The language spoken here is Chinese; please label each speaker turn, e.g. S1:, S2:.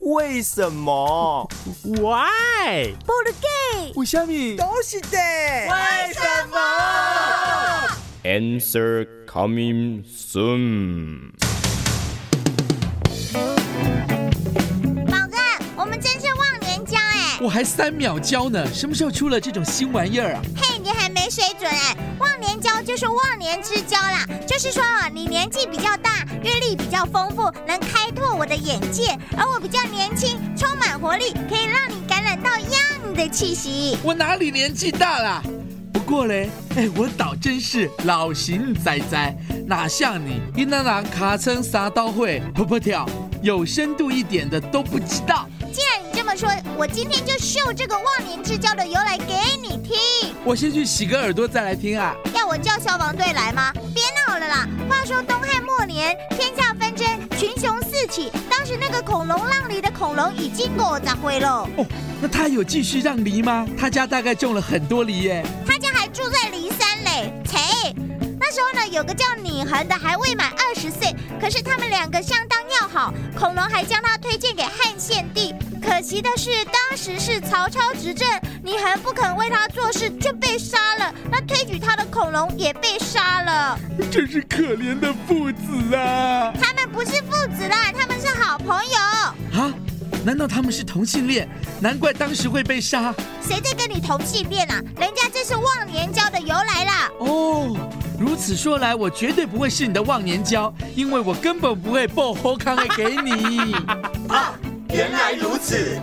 S1: 为什么？
S2: Why？
S3: 不如给
S2: 为什么？
S4: 都是的。
S1: 为什么？Answer coming soon。
S3: 宝哥，我们真是忘年交哎！
S5: 我还三秒交呢，什么时候出了这种新玩意儿啊？
S3: 嘿，你还没水准哎！忘年交就是忘年之交啦，就是说啊，你年纪比较大，阅历比较丰富，能开拓我的眼界，而我比较年轻，充满活力，可以让你感染到 young 的气息。
S5: 我哪里年纪大啦？不过嘞，哎，我倒真是老型仔仔，哪像你一那那卡称啥刀会婆婆跳，有深度一点的都不知道。
S3: 既然你这么说，我今天就秀这个忘年之交的由来给你听。
S5: 我先去洗个耳朵再来听啊。
S3: 要我叫消防队来吗？别闹了啦！话说东汉末年，天下纷争，群雄四起。当时那个恐龙浪里的恐龙已经五十岁了，
S5: 哦，那他有继续让梨吗？他家大概种了很多梨耶。
S3: 他家还住在骊山嘞。切，那时候呢，有个叫李恒的还未满二十岁，可是他们两个相当要好，恐龙还将他推荐给汉献帝。可惜的是，当时是曹操执政，李恒不肯为他做事就被杀了，那推举他的恐龙也被杀了。
S5: 真是可怜的父子啊！
S3: 他们不是父子啦，他们是好朋友。
S5: 啊，难道他们是同性恋？难怪当时会被杀。
S3: 谁在跟你同性恋啊？人家这是忘年交的由来啦。
S5: 哦，如此说来，我绝对不会是你的忘年交，因为我根本不会爆后康爱给你。
S1: 原来如此。